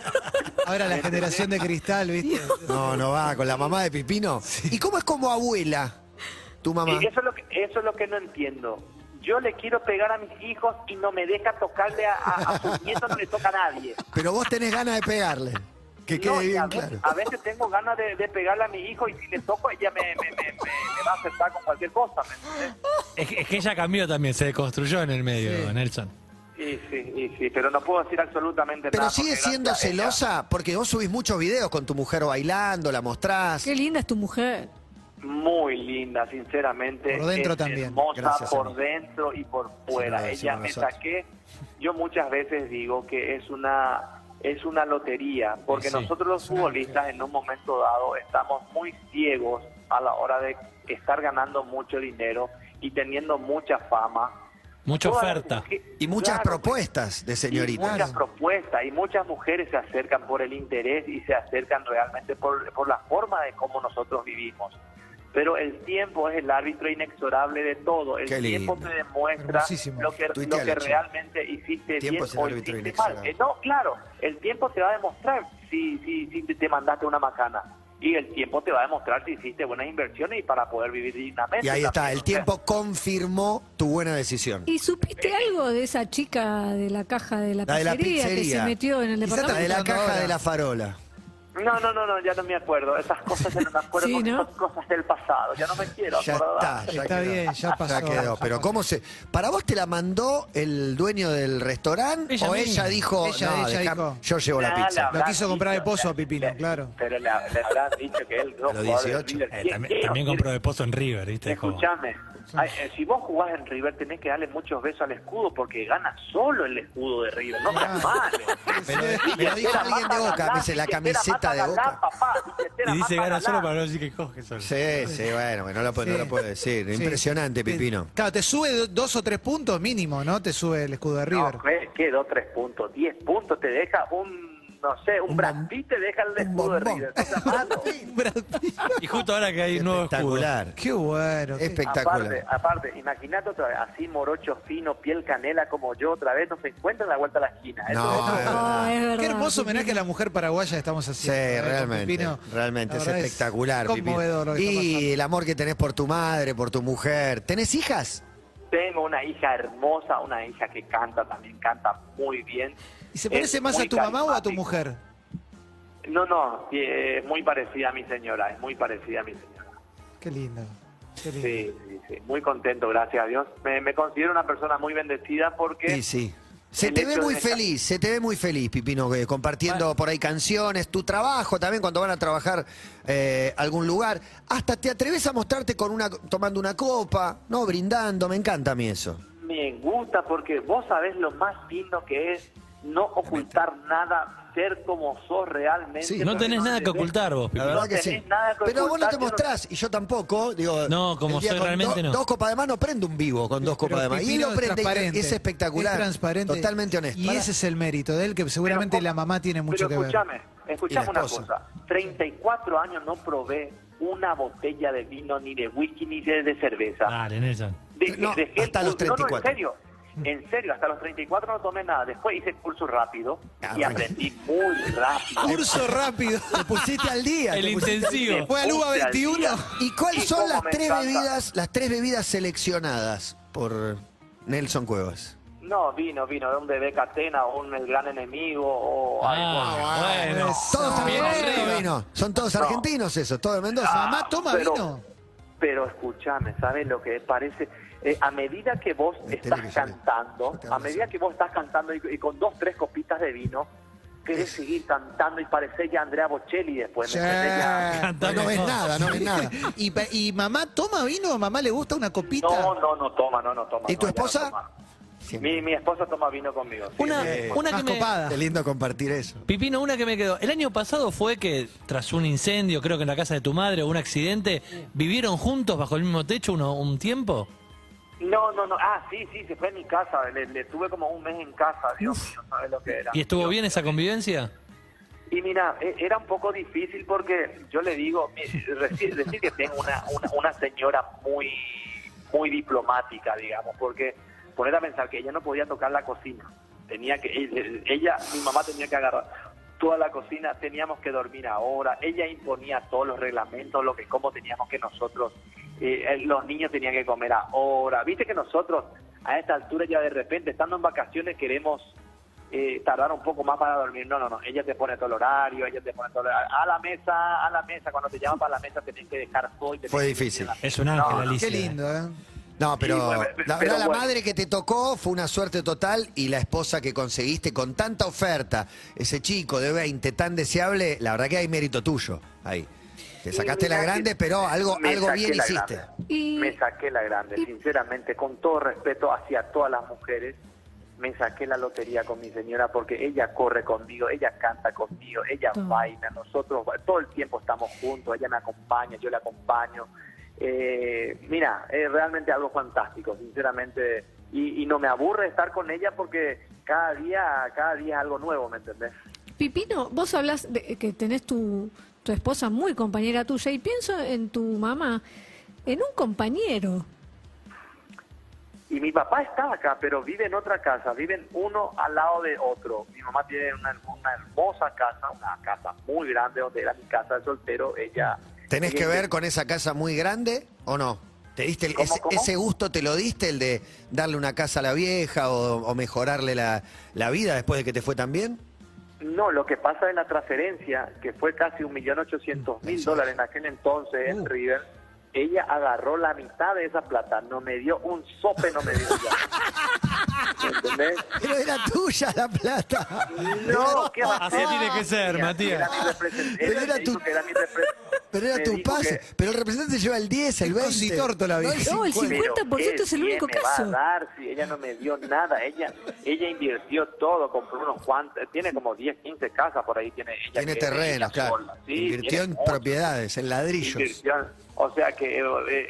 Speaker 3: Ahora la generación de cristal, ¿viste?
Speaker 2: No, no va, con la mamá de Pipino. ¿Y cómo es como abuela tu mamá?
Speaker 7: Y eso es lo que eso es lo que no entiendo. Yo le quiero pegar a mis hijos y no me deja tocarle a, a, a sus nietos, no le toca a nadie.
Speaker 2: Pero vos tenés ganas de pegarle. Que quede
Speaker 7: No, y a,
Speaker 2: bien
Speaker 7: veces,
Speaker 2: claro.
Speaker 7: a veces tengo ganas de, de pegarle a mi hijo y si le toco ella me, me- me- me- me va a aceptar con cualquier cosa. ¿me entendés?
Speaker 4: Es que, es que ella cambió también, se deconstruyó en el medio, Nelson.
Speaker 7: Y sí, y sí, pero no puedo decir absolutamente
Speaker 2: Pero
Speaker 7: nada.
Speaker 2: sigue
Speaker 7: porque
Speaker 2: siendo
Speaker 7: gracias a ella-
Speaker 2: celosa porque vos subís muchos videos con tu mujer bailando, la mostrás.
Speaker 8: Qué linda es tu mujer.
Speaker 7: Muy linda, sinceramente.
Speaker 3: Por dentro
Speaker 7: es
Speaker 3: también.
Speaker 7: este, Hermosa
Speaker 2: Gracias,
Speaker 7: por
Speaker 2: amigo.
Speaker 7: dentro y por
Speaker 2: lo
Speaker 7: fuera.
Speaker 2: decimos
Speaker 7: Ella me
Speaker 2: nosotros.
Speaker 7: saqué. Yo muchas veces digo que es una es una lotería, porque
Speaker 4: Sí,
Speaker 7: nosotros los futbolistas en un momento dado estamos muy ciegos a la hora de estar ganando mucho dinero y teniendo mucha fama.
Speaker 4: Mucha
Speaker 7: Todas las
Speaker 4: oferta.
Speaker 7: mujeres-
Speaker 2: Y muchas
Speaker 7: Claro,
Speaker 2: propuestas de
Speaker 7: y muchas
Speaker 2: señoritas.
Speaker 7: propuestas y muchas mujeres se acercan por el interés y se acercan realmente por, por la forma de cómo nosotros vivimos. Pero el tiempo es el árbitro inexorable de todo. El
Speaker 2: Qué lindo.
Speaker 7: tiempo te demuestra
Speaker 3: Hermosísimo.
Speaker 7: lo que, lo
Speaker 2: Tuitealo,
Speaker 7: que
Speaker 2: che.
Speaker 7: realmente hiciste
Speaker 2: Tiempo
Speaker 7: bien
Speaker 2: es el
Speaker 7: o
Speaker 2: árbitro
Speaker 7: hiciste mal.
Speaker 2: inexorable.
Speaker 7: Eh, No, claro, el tiempo te va a demostrar si, si, si te- te mandaste una macana. Y el tiempo te va a demostrar si hiciste buenas inversiones y para poder vivir dignamente.
Speaker 2: Y ahí está,
Speaker 7: también.
Speaker 2: el
Speaker 7: O sea,
Speaker 2: tiempo confirmó tu buena decisión.
Speaker 8: ¿Y supiste algo de esa chica de la caja de la
Speaker 2: La de la
Speaker 8: pizzería que se
Speaker 2: pizzería.
Speaker 8: metió en el
Speaker 2: Quizá
Speaker 8: departamento?
Speaker 2: la de la
Speaker 3: Escuchando
Speaker 2: caja
Speaker 3: ahora.
Speaker 2: de la farola.
Speaker 7: No, no, no, no, ya no me acuerdo. Esas cosas ya no me acuerdo
Speaker 8: Sí,
Speaker 7: porque
Speaker 8: ¿no?
Speaker 7: son cosas del pasado. Ya no me quiero
Speaker 2: Ya
Speaker 7: acordar.
Speaker 2: está, ya
Speaker 3: Está
Speaker 2: quedó.
Speaker 3: bien, ya pasó,
Speaker 2: quedó.
Speaker 3: ya
Speaker 2: Pero
Speaker 3: pasó.
Speaker 2: ¿cómo se...? ¿Para vos te la mandó el dueño del restaurante
Speaker 4: Ella
Speaker 2: o
Speaker 4: misma.
Speaker 2: ella dijo,
Speaker 3: Ella-
Speaker 2: no,
Speaker 3: ella
Speaker 2: dejá-
Speaker 3: dijo.
Speaker 2: yo llevo la
Speaker 7: Ya le
Speaker 2: pizza?
Speaker 7: habrán
Speaker 3: quiso comprar de
Speaker 7: dicho,
Speaker 3: pozo a
Speaker 7: le-
Speaker 3: Pipino,
Speaker 7: le-
Speaker 3: claro.
Speaker 7: Pero le, le habrán dicho que él no
Speaker 2: A los
Speaker 7: jugaba de
Speaker 2: 18.
Speaker 7: River.
Speaker 4: Eh,
Speaker 7: ¿Quién-
Speaker 4: también,
Speaker 7: quién
Speaker 4: también
Speaker 7: no
Speaker 4: compró
Speaker 7: quiere-
Speaker 4: de pozo en River, ¿viste? Como-
Speaker 7: Escuchame, ay, eh, si vos jugás en River tenés que darle muchos besos al escudo porque gana solo el escudo de River, no seas
Speaker 2: Ah.
Speaker 7: malo.
Speaker 2: Me lo, me lo dijo
Speaker 7: Billetera
Speaker 2: alguien de
Speaker 7: mata
Speaker 2: Boca,
Speaker 7: galán,
Speaker 2: me dice la
Speaker 7: billetera
Speaker 2: camiseta
Speaker 7: mata
Speaker 2: de
Speaker 7: galán,
Speaker 2: Boca.
Speaker 7: papá, billetera
Speaker 4: Y dice
Speaker 7: mata
Speaker 4: gana solo
Speaker 7: galán.
Speaker 4: para no decir que coge solo.
Speaker 2: Sí, sí, bueno, no lo, puede- no
Speaker 3: Sí.
Speaker 2: lo puedo decir.
Speaker 3: Sí.
Speaker 2: Impresionante,
Speaker 3: Te-
Speaker 2: Pipino.
Speaker 3: Claro, te sube do- dos o tres puntos mínimo, ¿no? Te sube el escudo de River.
Speaker 7: No, que- quedó tres puntos, diez puntos, te deja un, no sé, un,
Speaker 2: Un
Speaker 7: Brad
Speaker 2: bom-
Speaker 7: Pitt te deja el
Speaker 2: un
Speaker 7: escudo de
Speaker 2: bombón.
Speaker 7: River. no seas malo.
Speaker 4: Y justo ahora que hay un nuevo escudo.
Speaker 2: Espectacular.
Speaker 3: Qué bueno. qué-
Speaker 7: Aparte,
Speaker 2: Espectacular.
Speaker 7: aparte, imagínate otra vez, así morocho fino, piel canela como yo, otra vez no se encuentra en la vuelta a la esquina.
Speaker 3: Ah,
Speaker 7: Eso
Speaker 2: No,
Speaker 7: es-
Speaker 2: es verdad.
Speaker 8: Oh, es verdad.
Speaker 3: Qué hermoso homenaje a la mujer paraguaya estamos
Speaker 2: Sí,
Speaker 3: haciendo. ¿eh? con
Speaker 2: realmente,
Speaker 3: Pipino.
Speaker 2: realmente
Speaker 3: La
Speaker 2: es
Speaker 3: verdad
Speaker 2: espectacular. Pipino.
Speaker 3: conmovedor lo que está
Speaker 2: y
Speaker 3: pasando.
Speaker 2: el amor que tenés por tu madre, por tu mujer. ¿Tenés hijas?
Speaker 7: Tengo una hija hermosa, una hija que canta también, canta muy bien.
Speaker 3: ¿Y se
Speaker 7: Es
Speaker 3: parece más
Speaker 7: muy
Speaker 3: a tu mamá o a tu
Speaker 7: carismático.
Speaker 3: mujer?
Speaker 7: No, no, sí, es muy parecida a mi señora, es muy parecida a mi señora.
Speaker 3: Qué lindo. Qué lindo.
Speaker 7: Sí, sí, sí, muy contento, gracias a Dios. Me, me considero una persona muy bendecida porque...
Speaker 2: Sí, sí. Se
Speaker 7: El
Speaker 2: te ve
Speaker 7: hecho
Speaker 2: muy
Speaker 7: de-
Speaker 2: feliz, se te ve muy feliz, Pipino, que compartiendo por ahí canciones, tu trabajo también cuando van a trabajar eh, a algún lugar. Hasta te atreves a mostrarte con una, tomando una copa, no, brindando, me encanta a mí eso.
Speaker 7: Me gusta porque vos sabés lo más lindo que es no ocultar nada, ser como sos realmente.
Speaker 2: Sí.
Speaker 4: No tenés nada que ocultar vos,
Speaker 2: La
Speaker 4: Pipi.
Speaker 2: verdad
Speaker 7: No
Speaker 2: que sí.
Speaker 7: tenés nada que
Speaker 2: Pero vos no
Speaker 7: ocultar,
Speaker 2: te
Speaker 7: yo no-
Speaker 2: mostrás, y yo tampoco, digo...
Speaker 4: No, como
Speaker 2: el día
Speaker 4: soy
Speaker 2: con
Speaker 4: realmente
Speaker 2: do-
Speaker 4: no.
Speaker 2: Dos copas de más no prende un vivo con dos copas de más. Y
Speaker 3: Pipino
Speaker 2: lo prende, y
Speaker 3: transparente,
Speaker 2: es espectacular.
Speaker 3: es transparente.
Speaker 2: Totalmente honesto.
Speaker 3: Y
Speaker 2: Pará.
Speaker 3: ese es el mérito de él, que seguramente
Speaker 7: Pero,
Speaker 3: la mamá tiene mucho
Speaker 7: pero
Speaker 3: que ver.
Speaker 7: escúchame,
Speaker 2: Y
Speaker 7: escuchame
Speaker 2: la
Speaker 7: una
Speaker 2: esposa.
Speaker 7: cosa. 34 años no probé una botella de vino, ni de whisky, ni de, de cerveza.
Speaker 4: Dale, Nelson.
Speaker 7: De-
Speaker 2: Ah. No,
Speaker 7: dejé el
Speaker 2: hasta los
Speaker 7: curso- No, no,
Speaker 2: 34.
Speaker 7: en serio. En serio, hasta los 34 no tomé nada. Después hice el curso rápido
Speaker 2: Ah,
Speaker 7: y
Speaker 2: bueno.
Speaker 7: aprendí muy rápido.
Speaker 3: Curso rápido.
Speaker 2: Te pusiste al día.
Speaker 4: El
Speaker 2: te pusiste-
Speaker 4: intensivo.
Speaker 3: Fue al UBA
Speaker 7: Puse al
Speaker 3: 21.
Speaker 7: día.
Speaker 2: ¿Y cuáles
Speaker 7: Y
Speaker 2: son
Speaker 7: cómo
Speaker 2: las
Speaker 7: me
Speaker 2: tres
Speaker 7: encanta.
Speaker 2: bebidas, las tres bebidas seleccionadas por Nelson Cuevas?
Speaker 7: No, vino, vino. Era un bebé catena o un el gran enemigo o
Speaker 4: Ah, bueno.
Speaker 2: Todos
Speaker 4: Bien
Speaker 2: argentinos
Speaker 4: arriba.
Speaker 2: vino. Son todos argentinos esos, todos de Mendoza.
Speaker 3: Ah, Mamá toma
Speaker 7: pero-
Speaker 3: vino.
Speaker 7: Pero escúchame, ¿sabes lo que parece? Eh, a medida que vos
Speaker 2: Metele
Speaker 7: estás
Speaker 2: que sale.
Speaker 7: cantando,
Speaker 2: Yo te
Speaker 7: a
Speaker 2: abrazo.
Speaker 7: medida que vos estás cantando y, y con dos, tres copitas de vino, querés seguir cantando y parecés ya Andrea Bocelli después. ¿me entendés? Ya-
Speaker 2: No, no ves nada, no ves nada.
Speaker 3: ¿Y, pa- y mamá toma vino? ¿Mamá le gusta una copita?
Speaker 7: No, no, no toma, no, no toma.
Speaker 2: ¿Y
Speaker 7: no,
Speaker 2: tu
Speaker 7: ya no
Speaker 2: esposa?
Speaker 7: toma.
Speaker 2: Siempre.
Speaker 7: Mi, mi esposa toma vino conmigo. sí,
Speaker 4: Una,
Speaker 7: mi esposa.
Speaker 4: una
Speaker 3: Más
Speaker 4: que me,
Speaker 3: copada.
Speaker 2: Qué lindo compartir eso.
Speaker 4: Pipino, una que me quedó. El año pasado fue que tras un incendio, creo que en la casa de tu madre, o un accidente, vivieron juntos bajo el mismo techo uno, un tiempo.
Speaker 7: No, no, no. Ah, sí, sí, se fue a mi casa. Le, le tuve como un mes en casa. Dios mío, ¿sabes lo que era?
Speaker 4: ¿Y estuvo
Speaker 7: Dios
Speaker 4: bien esa convivencia?
Speaker 7: Y mira, e- era un poco difícil porque yo le digo, mi- decir, decir que tengo una, una, una señora muy, muy diplomática, digamos, porque poner a pensar que ella no podía tocar la cocina, tenía que, e- e- ella, mi mamá tenía que agarrar toda la cocina, teníamos que dormir ahora, ella imponía todos los reglamentos, lo que cómo teníamos que nosotros, eh, eh, los niños tenían que comer ahora, viste que nosotros a esta altura ya de repente, estando en vacaciones, queremos eh, tardar un poco más para dormir. No, no, no. Ella te pone todo el horario, ella te pone todo el horario. A la mesa, a la mesa. Cuando te llaman para la mesa tenés que dejar todo. y tenés
Speaker 2: Fue
Speaker 7: que-
Speaker 2: difícil.
Speaker 4: Es un ángel,
Speaker 7: No,
Speaker 4: Alicia.
Speaker 3: Qué lindo, ¿eh?
Speaker 2: No, pero
Speaker 7: Sí, bueno,
Speaker 2: la
Speaker 7: pero
Speaker 2: verdad, la
Speaker 7: bueno.
Speaker 2: madre que te tocó fue una suerte total y la esposa que conseguiste con tanta oferta, ese chico de 20 tan deseable, la verdad que hay mérito tuyo ahí. Te
Speaker 7: Y
Speaker 2: sacaste
Speaker 7: mira
Speaker 2: la
Speaker 7: que
Speaker 2: grande, pero algo,
Speaker 7: me
Speaker 2: algo
Speaker 7: saqué
Speaker 2: bien
Speaker 7: la
Speaker 2: hiciste.
Speaker 7: grande.
Speaker 8: Y-
Speaker 7: Me saqué la grande,
Speaker 8: y-
Speaker 7: sinceramente, con todo respeto hacia todas las mujeres. Me saqué la lotería con mi señora porque ella corre conmigo, ella canta conmigo, ella
Speaker 8: Todo.
Speaker 7: baila, nosotros ba- todo el tiempo estamos juntos, ella me acompaña, yo la acompaño. Eh, mira, es realmente algo fantástico, sinceramente, y, y no me aburre estar con ella porque cada día, cada día es algo nuevo, ¿me entendés?
Speaker 8: Pipino, vos hablas de que tenés tu, tu esposa muy compañera tuya y pienso en tu mamá, en un compañero.
Speaker 7: Y mi papá está acá, pero vive en otra casa, viven uno al lado de otro. Mi mamá tiene una, una hermosa casa, una casa muy grande donde era mi casa de soltero. Ella.
Speaker 2: ¿Tenés
Speaker 7: ella-
Speaker 2: que ver con esa casa muy grande o no? ¿Te diste el-
Speaker 7: ¿Cómo,
Speaker 2: ese,
Speaker 7: cómo?
Speaker 2: ese gusto te lo diste, el de darle una casa a la vieja o, o mejorarle la, la vida después de que te fue tan bien?
Speaker 7: No, lo que pasa es la transferencia, que fue casi un millón ochocientos mil dólares en aquel entonces
Speaker 2: Uh.
Speaker 7: en River. Ella agarró la mitad de esa plata, no me dio un sope, no me dio ya. ¿Entendés?
Speaker 2: Pero era tuya la plata.
Speaker 7: No, ¿qué va a
Speaker 4: Así
Speaker 7: hacer?
Speaker 4: tiene que ser,
Speaker 7: Mira,
Speaker 4: Matías.
Speaker 7: Era mi representante.
Speaker 2: Pero
Speaker 7: Ella
Speaker 2: era
Speaker 7: me dijo
Speaker 2: tu-
Speaker 7: que era mi repre-
Speaker 2: Pero era
Speaker 7: me
Speaker 2: tu
Speaker 7: dijo
Speaker 2: pase.
Speaker 7: que-
Speaker 2: Pero el representante lleva el 10, el
Speaker 3: Qué
Speaker 2: 20.
Speaker 3: cositorto la
Speaker 2: No,
Speaker 3: vieja.
Speaker 8: No, el 50% es el único
Speaker 7: me va a
Speaker 8: caso.
Speaker 7: dar si ella no me dio nada? Ella ella invirtió todo, compró unos guantes, tiene como 10, 15 casas por ahí. Tiene, ella
Speaker 2: Tiene
Speaker 7: que-
Speaker 2: terrenos,
Speaker 7: ella
Speaker 2: claro.
Speaker 7: sola. Sí,
Speaker 2: Invirtió
Speaker 7: tiene
Speaker 2: en
Speaker 7: mucho.
Speaker 2: propiedades, en ladrillos.
Speaker 7: Invirtió en- O sea que eh,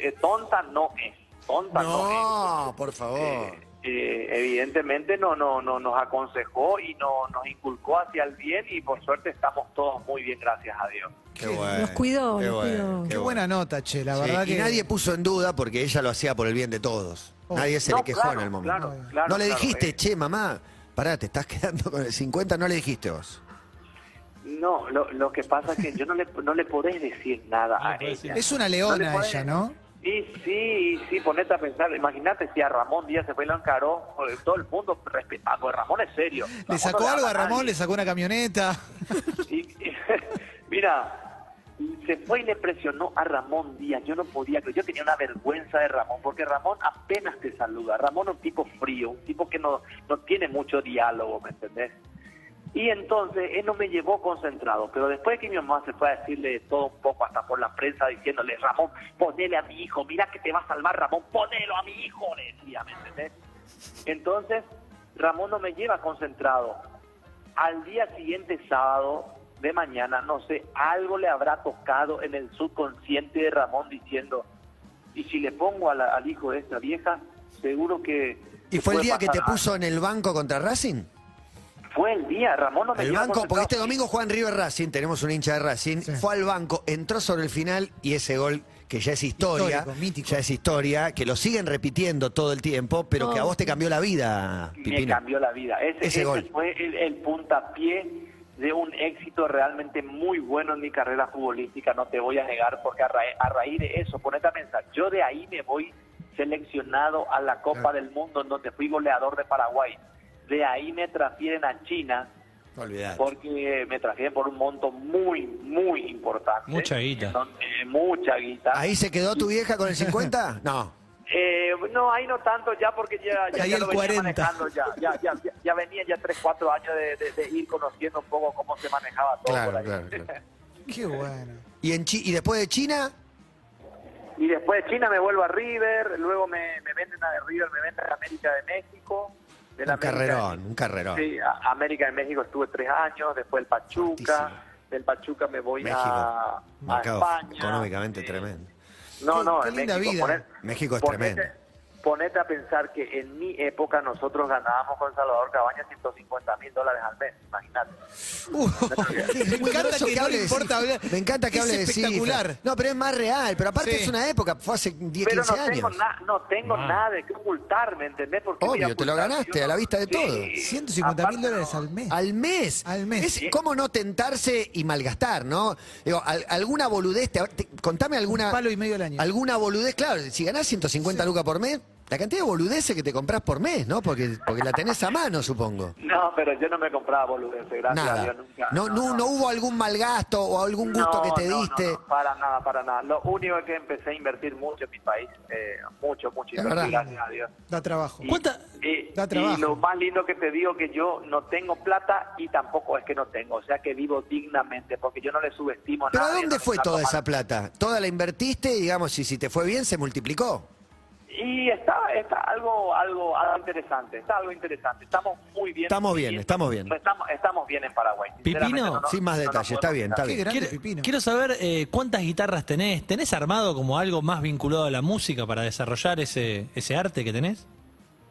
Speaker 7: eh, tonta no es, tonta no, es.
Speaker 2: No, por favor.
Speaker 7: Eh, eh, evidentemente no, no, no nos aconsejó y no, nos inculcó hacia el bien y por suerte estamos todos muy bien, gracias a Dios.
Speaker 2: Qué bueno.
Speaker 8: Los cuidó,
Speaker 2: qué
Speaker 8: los cuidó.
Speaker 2: qué
Speaker 3: Qué buena nota, che, la
Speaker 2: Sí,
Speaker 3: verdad
Speaker 2: y
Speaker 3: que...
Speaker 2: nadie puso en duda porque ella lo hacía por el bien de todos.
Speaker 3: Oh.
Speaker 2: Nadie se
Speaker 7: No,
Speaker 2: le quejó
Speaker 7: claro,
Speaker 2: en el momento.
Speaker 7: claro, claro,
Speaker 2: no le
Speaker 7: claro,
Speaker 2: dijiste,
Speaker 7: eh.
Speaker 2: che, mamá, pará, te estás quedando con el 50, no le dijiste vos.
Speaker 7: No, lo, lo que pasa es que yo no le, no le podés decir nada
Speaker 4: No le
Speaker 7: a
Speaker 4: podés
Speaker 7: ella.
Speaker 4: decir.
Speaker 3: Es una
Speaker 7: No le
Speaker 3: leona
Speaker 7: puede-
Speaker 3: ella, ¿no?
Speaker 7: Y sí, y sí, ponete a pensar, imagínate si a Ramón Díaz se fue y lo encaró, eh, todo el mundo respetaba, porque Ramón es serio.
Speaker 3: Le
Speaker 7: Ramón
Speaker 3: sacó
Speaker 7: no
Speaker 3: algo a
Speaker 7: gana
Speaker 3: Ramón, le
Speaker 7: nadie.
Speaker 3: sacó una camioneta.
Speaker 7: Y- y- mira, y se fue y le presionó a Ramón Díaz, yo no podía creer, yo tenía una vergüenza de Ramón, porque Ramón apenas te saluda, Ramón es un tipo frío, un tipo que no, no tiene mucho diálogo, ¿me entendés? Y entonces él no me llevó concentrado, pero después que mi mamá se fue a decirle de todo un poco, hasta por la prensa, diciéndole, Ramón, ponele a mi hijo, mira que te va a salvar Ramón, ponelo a mi hijo, le decía, ¿me entendés? Entonces Ramón no me lleva concentrado. al día siguiente sábado de mañana, no sé, algo le habrá tocado en el subconsciente de Ramón diciendo, y si le pongo a la- al hijo de esta vieja, seguro que...
Speaker 2: ¿Y fue el
Speaker 7: puede
Speaker 2: día que te
Speaker 7: pasar
Speaker 2: puso en el banco contra Racing?
Speaker 7: algo". Fue el día, Ramón no me
Speaker 2: El
Speaker 7: lleva
Speaker 2: banco, porque
Speaker 7: concentrado.
Speaker 2: este domingo Juan River Racing, tenemos un hincha de Racing, fue al banco, entró sobre el final y ese gol que ya es historia,
Speaker 3: Histórico, mítico.
Speaker 2: ya es historia, que lo siguen repitiendo todo el tiempo, pero que a
Speaker 8: No.
Speaker 2: vos te cambió la vida,
Speaker 7: me
Speaker 2: Pipino.
Speaker 7: cambió la vida. Ese,
Speaker 2: Ese
Speaker 7: ese
Speaker 2: gol.
Speaker 7: fue el, el puntapié de un éxito realmente muy bueno en mi carrera futbolística, no te voy a negar, porque a, ra- a raíz de eso, ponete a pensar, yo de ahí me voy seleccionado a la Copa del Mundo, en donde fui goleador de Paraguay. De ahí me transfieren a China,
Speaker 2: No olvidate.
Speaker 7: porque me transfieren por un monto muy, muy importante.
Speaker 4: Mucha guita.
Speaker 7: Son, eh, mucha guita.
Speaker 2: ¿Ahí se quedó tu vieja con el 50? No.
Speaker 7: Eh, no, ahí no tanto ya porque ya, ya,
Speaker 3: Ahí
Speaker 7: ya
Speaker 3: el
Speaker 7: lo venía
Speaker 3: 40.
Speaker 7: manejando ya, ya, ya, ya- ya venía ya 3, 4 años de, de- de ir conociendo un poco cómo se manejaba todo
Speaker 2: Claro,
Speaker 7: por ahí.
Speaker 2: claro, claro.
Speaker 3: Qué bueno.
Speaker 2: ¿Y, en Chi- y después de China?
Speaker 7: Y después de China me vuelvo a River, luego me, me venden a de River, me venden a América de México. De
Speaker 2: Un carrerón, un carrerón.
Speaker 7: Sí, a- América de México estuve 3 años, después el Pachuca,
Speaker 2: Fortísimo.
Speaker 7: del Pachuca me voy
Speaker 2: México,
Speaker 7: a, a
Speaker 2: Marcado
Speaker 7: España.
Speaker 2: económicamente
Speaker 7: eh,
Speaker 2: tremendo.
Speaker 7: No,
Speaker 3: Qué-
Speaker 7: no,
Speaker 3: qué
Speaker 7: en
Speaker 3: linda
Speaker 7: México,
Speaker 3: vida.
Speaker 2: México es
Speaker 7: ponete-
Speaker 2: tremendo.
Speaker 7: Ponete a pensar que en mi época nosotros ganábamos con Salvador Cabañas 150 mil dólares al mes, imagínate.
Speaker 3: Uh, me
Speaker 2: Muy
Speaker 3: encanta
Speaker 2: groso
Speaker 3: que no
Speaker 2: hable
Speaker 3: le
Speaker 2: de cifras.
Speaker 3: importa hablar.
Speaker 2: Me encanta que
Speaker 3: es
Speaker 2: hable de
Speaker 3: espectacular.
Speaker 2: cifras. No, pero es más real. Pero aparte
Speaker 3: Sí.
Speaker 2: es una época, fue hace 10,
Speaker 7: Pero
Speaker 2: 15
Speaker 7: no tengo,
Speaker 2: años.
Speaker 7: na- no tengo nada de qué ocultarme, ¿entendés? Porque
Speaker 2: Obvio, te lo ganaste, a la vista de todo.
Speaker 3: 150 mil dólares al mes.
Speaker 2: Al mes.
Speaker 3: Al mes.
Speaker 2: Es cómo no tentarse y malgastar, ¿no? Digo, al- alguna boludez. te- te- contame alguna.
Speaker 3: Un palo y medio al año.
Speaker 2: Alguna boludez. Claro, si ganás 150 lucas por mes, la cantidad de boludeces que te compras por mes, ¿no? Porque, porque la tenés a mano, supongo.
Speaker 7: No, pero yo no me compraba boludeces, gracias a
Speaker 2: Nada.
Speaker 7: Dios, nunca.
Speaker 2: No, no, no hubo algún malgasto o algún gusto
Speaker 7: No,
Speaker 2: que te
Speaker 7: no, no,
Speaker 2: diste.
Speaker 7: no, para nada, para nada. Lo único es que empecé a invertir mucho en mi país, eh, mucho, mucho,
Speaker 2: Es
Speaker 7: invertir,
Speaker 2: verdad.
Speaker 7: gracias a Dios.
Speaker 3: Da trabajo.
Speaker 4: ¿Cuánta-
Speaker 7: Y,
Speaker 3: Da
Speaker 7: y
Speaker 3: trabajo.
Speaker 7: lo más lindo que te digo que yo no tengo plata y tampoco es que no tengo, o sea que vivo dignamente porque yo no le subestimo
Speaker 2: ¿Pero
Speaker 7: nada.
Speaker 2: a dónde
Speaker 7: no
Speaker 2: fue
Speaker 7: le saco
Speaker 2: toda
Speaker 7: mal.
Speaker 2: esa plata? ¿Toda la invertiste? Digamos, y si te fue bien, se multiplicó.
Speaker 7: Y está, está algo, algo, algo interesante, está algo interesante. Estamos muy bien.
Speaker 2: Estamos bien, estamos bien.
Speaker 7: Estamos, estamos bien en Paraguay.
Speaker 4: Pipino,
Speaker 7: sinceramente, no, no,
Speaker 2: sin más
Speaker 7: no nos
Speaker 2: detalle, está
Speaker 7: podemos
Speaker 2: bien,
Speaker 7: quejar.
Speaker 2: está
Speaker 3: Qué
Speaker 2: bien.
Speaker 3: grande
Speaker 4: Quiero,
Speaker 3: Pipino.
Speaker 4: quiero saber eh, cuántas guitarras tenés. ¿Tenés armado como algo más vinculado a la música para desarrollar ese, ese arte que tenés?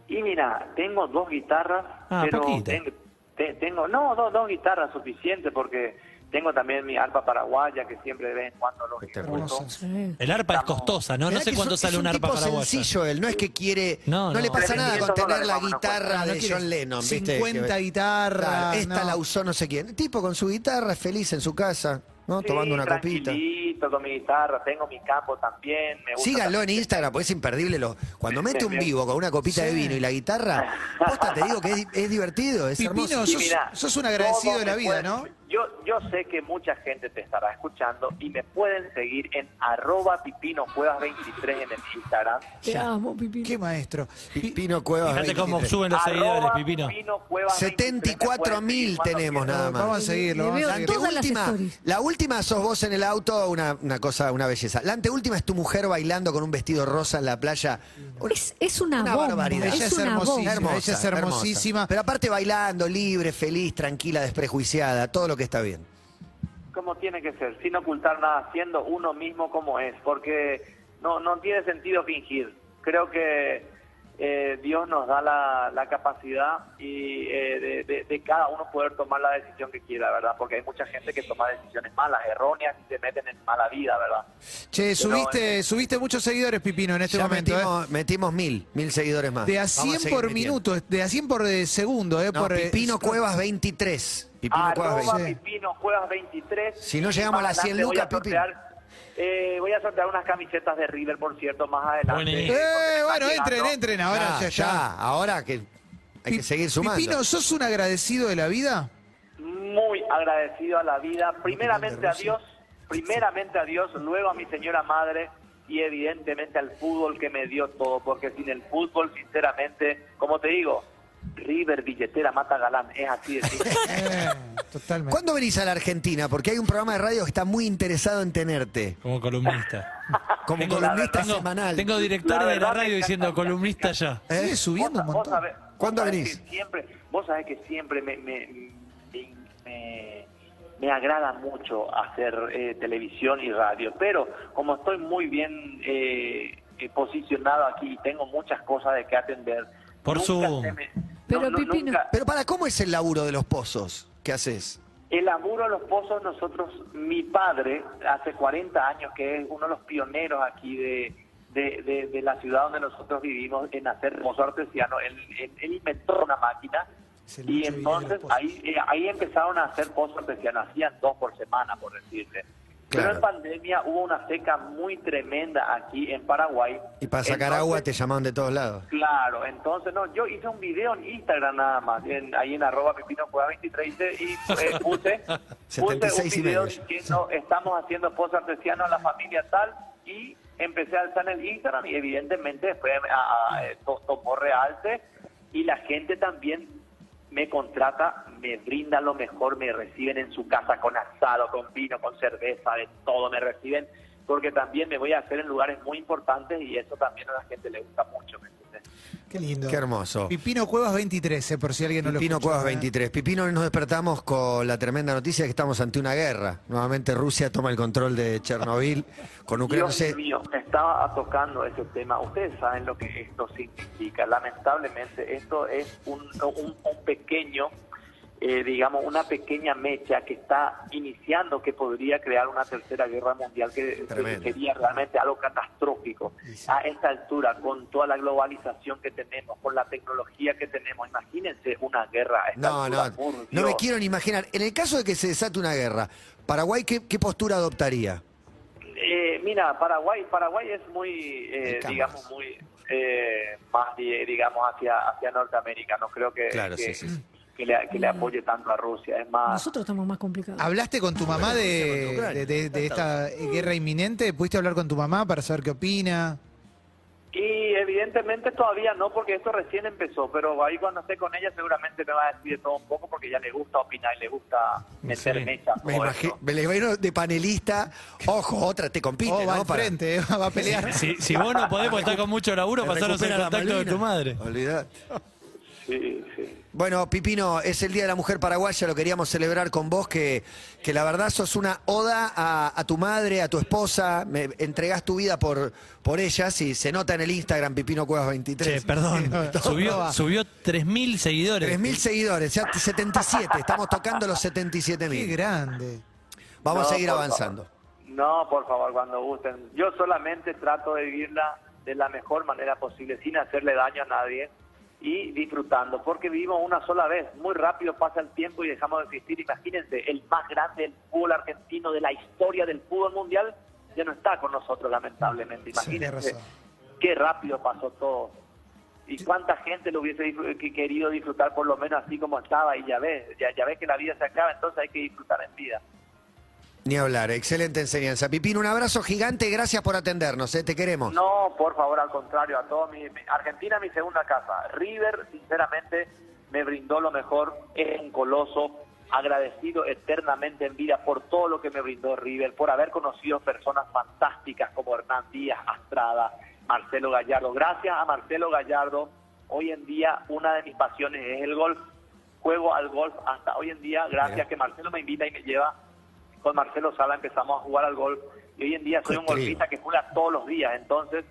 Speaker 7: Y mira, tengo dos guitarras,
Speaker 4: Ah,
Speaker 7: pero
Speaker 4: poquito.
Speaker 7: ten- te- tengo, no, dos, dos guitarras suficientes porque tengo también mi arpa paraguaya que siempre de vez en cuando lo
Speaker 2: Espectacular.
Speaker 7: ejecuto.
Speaker 8: Sí.
Speaker 4: El arpa es
Speaker 7: Estamos-
Speaker 4: costosa, ¿no? No
Speaker 2: Mirá
Speaker 4: sé
Speaker 2: que
Speaker 4: cuánto
Speaker 2: es un-
Speaker 4: sale un
Speaker 2: es un
Speaker 4: arpa
Speaker 2: tipo
Speaker 4: paraguaya.
Speaker 2: sencillo él, no es que quiere... No,
Speaker 4: No,
Speaker 2: le
Speaker 4: no.
Speaker 2: pasa nada con
Speaker 7: 300
Speaker 2: tener
Speaker 7: dólares
Speaker 2: la
Speaker 7: más o menos
Speaker 2: guitarra
Speaker 7: cuesta.
Speaker 3: No, no
Speaker 2: de
Speaker 3: quiere
Speaker 2: John Lennon, ¿viste?
Speaker 3: 50
Speaker 2: Que-
Speaker 3: guitarras,
Speaker 2: Claro, esta
Speaker 3: no.
Speaker 2: la usó no sé quién. El tipo con su guitarra, feliz en su casa, ¿no? Tomando una copita.
Speaker 7: tranquilito con mi guitarra, tengo mi campo también. Me gusta
Speaker 2: Síganlo en
Speaker 7: también.
Speaker 2: Instagram, porque es imperdible. Lo, cuando
Speaker 7: Sí,
Speaker 2: mete
Speaker 7: sí,
Speaker 2: un
Speaker 7: sí.
Speaker 2: vivo con una copita de vino y la guitarra, posta, te digo que es, es divertido, es hermoso.
Speaker 3: Pipino,
Speaker 7: Y
Speaker 3: sos,
Speaker 7: mirá,
Speaker 3: sos un agradecido
Speaker 7: todos
Speaker 3: de la
Speaker 7: me
Speaker 3: vida,
Speaker 7: pueden-
Speaker 3: ¿no?
Speaker 7: Yo, yo sé que mucha gente te estará escuchando y me pueden seguir en arroba pipinocuevas23 en el Instagram.
Speaker 8: Te amo, Pipino.
Speaker 3: Qué maestro. Pi-
Speaker 2: Pipino Cuevas.
Speaker 4: Fíjate cómo
Speaker 2: 23.
Speaker 4: suben los seguidores,
Speaker 7: Arroba
Speaker 4: Pipino.
Speaker 7: pipinocuevas23, me pueden seguir
Speaker 2: 74.000
Speaker 7: cuando
Speaker 2: tenemos
Speaker 7: quieran.
Speaker 2: nada más.
Speaker 3: Vamos a seguirlo.
Speaker 8: Le
Speaker 3: Vamos
Speaker 8: veo
Speaker 3: a seguirlo.
Speaker 8: todo. Todas las
Speaker 2: anteúltima,
Speaker 8: stories.
Speaker 2: la última sos vos en el auto, una, una cosa, una belleza. La anteúltima es tu mujer bailando con un vestido rosa en la playa. Un-
Speaker 8: Es, es una,
Speaker 2: Una
Speaker 8: bomba.
Speaker 2: barbaridad.
Speaker 8: Es
Speaker 3: Ella es
Speaker 8: una
Speaker 3: hermosísima.
Speaker 8: bomba.
Speaker 3: Hermosa, ella es hermosísima.
Speaker 2: Pero aparte bailando, libre, feliz, tranquila, desprejuiciada, todo lo que está bien.
Speaker 7: como tiene que ser, sin ocultar nada, siendo uno mismo como es, porque no, no tiene sentido fingir. Creo que eh, Dios nos da la, la capacidad y eh, de, de- de cada uno poder tomar la decisión que quiera, ¿verdad? Porque hay mucha gente que toma decisiones malas, erróneas y se meten en mala vida, ¿verdad?
Speaker 3: Che, subiste, subiste muchos seguidores, Pipino, en este
Speaker 2: ya
Speaker 3: momento. ¿eh?
Speaker 2: metimos, metimos mil, mil seguidores más.
Speaker 3: De a
Speaker 2: Vamos
Speaker 3: 100
Speaker 2: seguir
Speaker 3: por
Speaker 2: metiendo.
Speaker 3: minuto, de a 100 por eh, segundo. Eh,
Speaker 2: No,
Speaker 3: por, eh,
Speaker 2: Pipino Cuevas 23. Pipino Cuevas
Speaker 7: Arroba
Speaker 2: 23.
Speaker 7: Pipino Cuevas 23.
Speaker 2: Si no llegamos a
Speaker 7: Más
Speaker 2: las 100
Speaker 7: adelante voy a
Speaker 2: lucas, Pipi.
Speaker 7: sortear, eh, voy a sortear unas camisetas de River, por cierto, más adelante.
Speaker 4: Buenísimo.
Speaker 7: eh, porque me
Speaker 3: Eh,
Speaker 7: están
Speaker 3: bueno,
Speaker 7: llegando.
Speaker 3: entren, entren. Ahora
Speaker 2: Ya,
Speaker 3: ya, está.
Speaker 2: ya, ahora que hay que
Speaker 3: Pi-
Speaker 2: seguir sumando.
Speaker 3: Pipino, ¿sos un agradecido de la vida?
Speaker 7: muy agradecido a la vida, primeramente a Dios, primeramente a Dios, luego a mi señora madre y evidentemente al fútbol que me dio todo, porque sin el fútbol, sinceramente, como te digo, River, billetera, mata galán, es así de simple.
Speaker 3: Eh, totalmente.
Speaker 2: ¿Cuándo venís a la Argentina? Porque hay un programa de radio que está muy interesado en tenerte.
Speaker 4: Como columnista.
Speaker 7: Ah,
Speaker 2: Como
Speaker 4: Tengo-
Speaker 2: columnista
Speaker 4: tengo-
Speaker 2: semanal.
Speaker 4: Tengo directores
Speaker 7: La
Speaker 4: de la
Speaker 7: verdad me
Speaker 4: radio diciendo
Speaker 7: encanta.
Speaker 4: columnista ya.
Speaker 3: Sigue
Speaker 2: ¿Eh?
Speaker 3: subiendo un
Speaker 7: Vos
Speaker 3: montón.
Speaker 7: sabés-
Speaker 2: ¿Cuándo
Speaker 7: vos sabés
Speaker 2: venís?
Speaker 7: que siempre, vos sabés que siempre me, me- me, me- me agrada mucho hacer eh, televisión y radio, pero como estoy muy bien eh, eh, posicionado aquí y tengo muchas cosas de que atender,
Speaker 4: Por
Speaker 7: nunca
Speaker 4: Zoom.
Speaker 7: se me-
Speaker 8: Pero, Pipino-
Speaker 7: nunca-
Speaker 2: Pero para, ¿cómo es el laburo de los pozos que haces?
Speaker 7: el laburo de los pozos, nosotros, mi padre, hace 40 años, que es uno de los pioneros aquí de, de, de- de la ciudad donde nosotros vivimos, en hacer pozo artesiano, él, él- él inventó una máquina
Speaker 3: Es el
Speaker 7: y
Speaker 3: Nacho Vidal de los
Speaker 7: entonces
Speaker 3: pozos.
Speaker 7: ahí, eh, ahí empezaron a hacer pozo artesiano, hacían dos por semana, por decirte. Pero
Speaker 2: Claro.
Speaker 7: en pandemia hubo una seca muy tremenda aquí en Paraguay.
Speaker 2: Y para sacar
Speaker 7: Entonces,
Speaker 2: agua te llamaron de todos lados.
Speaker 7: Claro, entonces no, yo hice un video en Instagram nada más, en, ahí en arroba pepino Cueva 23 hice- y eh, puse, puse un
Speaker 2: 76 y
Speaker 7: video
Speaker 2: medio.
Speaker 7: diciendo estamos haciendo post artesiano a la familia tal y empecé a alzar el Instagram y evidentemente después a- a- eh, to- tomó realce y la gente también me contrata, me brinda lo mejor, me reciben en su casa con asado, con vino, con cerveza, de todo me reciben porque también me voy a hacer en lugares muy importantes y eso también a la gente le gusta mucho, ¿me entiendes?
Speaker 3: Qué lindo.
Speaker 2: Qué hermoso.
Speaker 3: Pipino Cuevas 23, eh, por si alguien no lo
Speaker 2: Pipino
Speaker 3: escuchó,
Speaker 2: Cuevas
Speaker 3: ¿eh?
Speaker 2: 23. Pipino, hoy nos despertamos con la tremenda noticia de que estamos ante una guerra. Nuevamente Rusia toma el control de Chernobyl con Ucrania. No
Speaker 7: Dios
Speaker 2: sé,
Speaker 7: mío, estaba tocando ese tema. Ustedes saben lo que esto significa. Lamentablemente, esto es un, un- un pequeño, eh, digamos, una pequeña mecha que está iniciando que podría crear una tercera guerra mundial que, que
Speaker 2: Tremendo.
Speaker 7: sería realmente algo catastrófico. A esta altura, con toda la globalización que tenemos, con la tecnología que tenemos, imagínense una guerra. a esta
Speaker 2: No,
Speaker 7: altura,
Speaker 2: no,
Speaker 7: por
Speaker 2: no me
Speaker 7: Dios.
Speaker 2: quiero ni imaginar. En el caso de que se desate una guerra, ¿Paraguay qué, qué postura adoptaría?
Speaker 7: Eh, mira, Paraguay, Paraguay es muy, eh,
Speaker 2: Cámaras.
Speaker 7: digamos, muy eh, más, di- digamos, hacia hacia Norteamérica. No creo que
Speaker 2: Claro,
Speaker 7: que,
Speaker 2: sí, sí, sí.
Speaker 7: que le, que le apoye tanto a Rusia. Es más,
Speaker 8: Nosotros estamos más complicados.
Speaker 3: ¿Hablaste con tu mamá
Speaker 2: con
Speaker 3: de,
Speaker 2: Ucrania.
Speaker 3: de- de- de esta eh, guerra inminente? ¿Pudiste hablar con tu mamá para saber qué opina?
Speaker 7: y evidentemente todavía no, porque esto recién empezó. Pero ahí cuando esté con ella, seguramente me va a decir de todo un poco, porque ya le gusta opinar y le gusta meter
Speaker 4: Sí.
Speaker 7: mecha.
Speaker 2: Me
Speaker 7: todo
Speaker 2: imagino,
Speaker 7: esto.
Speaker 2: me la imagino de panelista. Ojo, otra te compite,
Speaker 3: Oh, va
Speaker 2: ¿no?
Speaker 3: al
Speaker 2: Para-
Speaker 3: frente, eh, va a pelear.
Speaker 4: Si, si vos no podés porque estás con mucho laburo,
Speaker 2: Te
Speaker 4: pasaros el
Speaker 2: recupera la
Speaker 4: contacto de
Speaker 2: Malvina.
Speaker 4: tu madre.
Speaker 2: Olvidate.
Speaker 7: Sí, sí.
Speaker 2: Bueno, Pipino, es el Día de la Mujer Paraguaya, lo queríamos celebrar con vos, que, que la verdad sos una oda a, a tu madre, a tu esposa, me, entregás tu vida por, por ellas y se nota en el Instagram Pipino Cuevas 23.
Speaker 4: Che, perdón. Subió, subió 3.000 seguidores.
Speaker 2: 3.000 seguidores, ya 77, estamos tocando los
Speaker 3: Qué
Speaker 2: 77.000.
Speaker 3: grande.
Speaker 2: Vamos
Speaker 7: No,
Speaker 2: a seguir
Speaker 7: por
Speaker 2: avanzando.
Speaker 7: favor. No, por favor, cuando gusten. Yo solamente trato de vivirla de la mejor manera posible, sin hacerle daño a nadie y disfrutando, porque vivimos una sola vez. Muy rápido pasa el tiempo y dejamos de existir. Imagínense, el más grande del fútbol argentino de la historia del fútbol mundial ya no está con nosotros,
Speaker 3: Sí,
Speaker 7: lamentablemente.
Speaker 3: tenés
Speaker 7: Imagínense
Speaker 3: razón.
Speaker 7: qué rápido pasó todo. Y cuánta gente lo hubiese disfr- que- querido disfrutar por lo menos así como estaba y ya ves, ya, ya ves que la vida se acaba, entonces hay que disfrutar en vida.
Speaker 2: Ni hablar, excelente enseñanza. Pipino, un abrazo gigante, gracias por atendernos, eh, te queremos.
Speaker 7: No, por favor, al contrario, a todo mi, mi- Argentina mi segunda casa. River, sinceramente, me brindó lo mejor, es un coloso, agradecido eternamente en vida por todo lo que me brindó River, por haber conocido personas fantásticas como Hernán Díaz, Astrada, Marcelo Gallardo. Gracias a Marcelo Gallardo, hoy en día una de mis pasiones es el golf. Juego al golf hasta hoy en día, gracias
Speaker 2: Mirá.
Speaker 7: que Marcelo me invita y me lleva. Con Marcelo Sala empezamos a jugar al golf y hoy en día soy
Speaker 2: Qué
Speaker 7: un golfista
Speaker 2: trío.
Speaker 7: que juega todos los días. Entonces,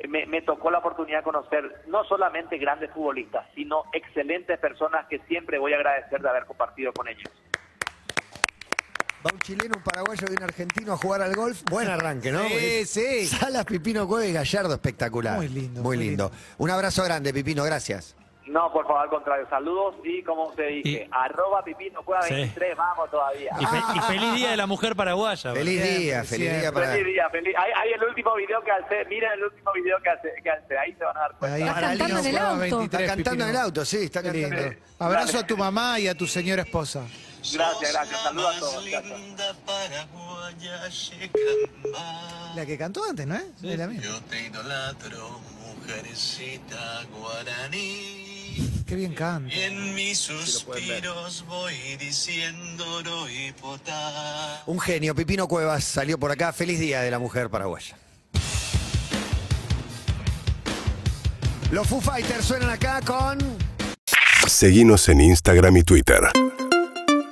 Speaker 7: eh, me, me tocó la oportunidad de conocer no solamente grandes futbolistas, sino excelentes personas que siempre voy a agradecer de haber compartido con ellos.
Speaker 2: Va un chileno, un paraguayo y un argentino a jugar al golf. Buen arranque, ¿no?
Speaker 3: Sí,
Speaker 2: Porque-
Speaker 3: sí.
Speaker 2: Salas, Pipino, Cueva y Gallardo, espectacular.
Speaker 3: Muy lindo,
Speaker 2: Muy
Speaker 3: muy
Speaker 2: lindo. Un abrazo grande, Pipino, gracias.
Speaker 7: No, por favor, al contrario. Saludos y, como te dije,
Speaker 4: Y-
Speaker 7: arroba pipino cueva
Speaker 4: Sí.
Speaker 7: 23, vamos todavía.
Speaker 4: Y, fe- y feliz día de la mujer paraguaya.
Speaker 2: Ah. Feliz
Speaker 3: siempre,
Speaker 2: día, feliz día
Speaker 3: siempre.
Speaker 2: para,
Speaker 7: Feliz día, feliz. Hay, hay el último video que alcé, miren el último video que alcé, que alcé, ahí se van a dar cuenta.
Speaker 3: Ahí,
Speaker 2: Estás
Speaker 3: Paralino
Speaker 2: cantando en el
Speaker 3: Cuevas
Speaker 8: auto.
Speaker 2: Está cantando en el
Speaker 3: Pipino.
Speaker 2: auto, sí, está
Speaker 3: Qué lindo.
Speaker 2: cantando.
Speaker 3: Abrazo a tu mamá y a tu señora esposa.
Speaker 7: Gracias, gracias. Saludos a todos. Chao, chao.
Speaker 5: paraguaya Checambá.
Speaker 3: La que cantó antes, ¿no es? Es la misma.
Speaker 5: Yo te idolatro, mujercita guaraní.
Speaker 3: Qué bien canta.
Speaker 5: Y en mis suspiros voy diciendo no hipotá.
Speaker 2: Un genio, Pipino Cuevas salió por acá. Feliz día de la mujer paraguaya. Los Foo Fighters suenan acá con.
Speaker 1: Seguinos en Instagram y Twitter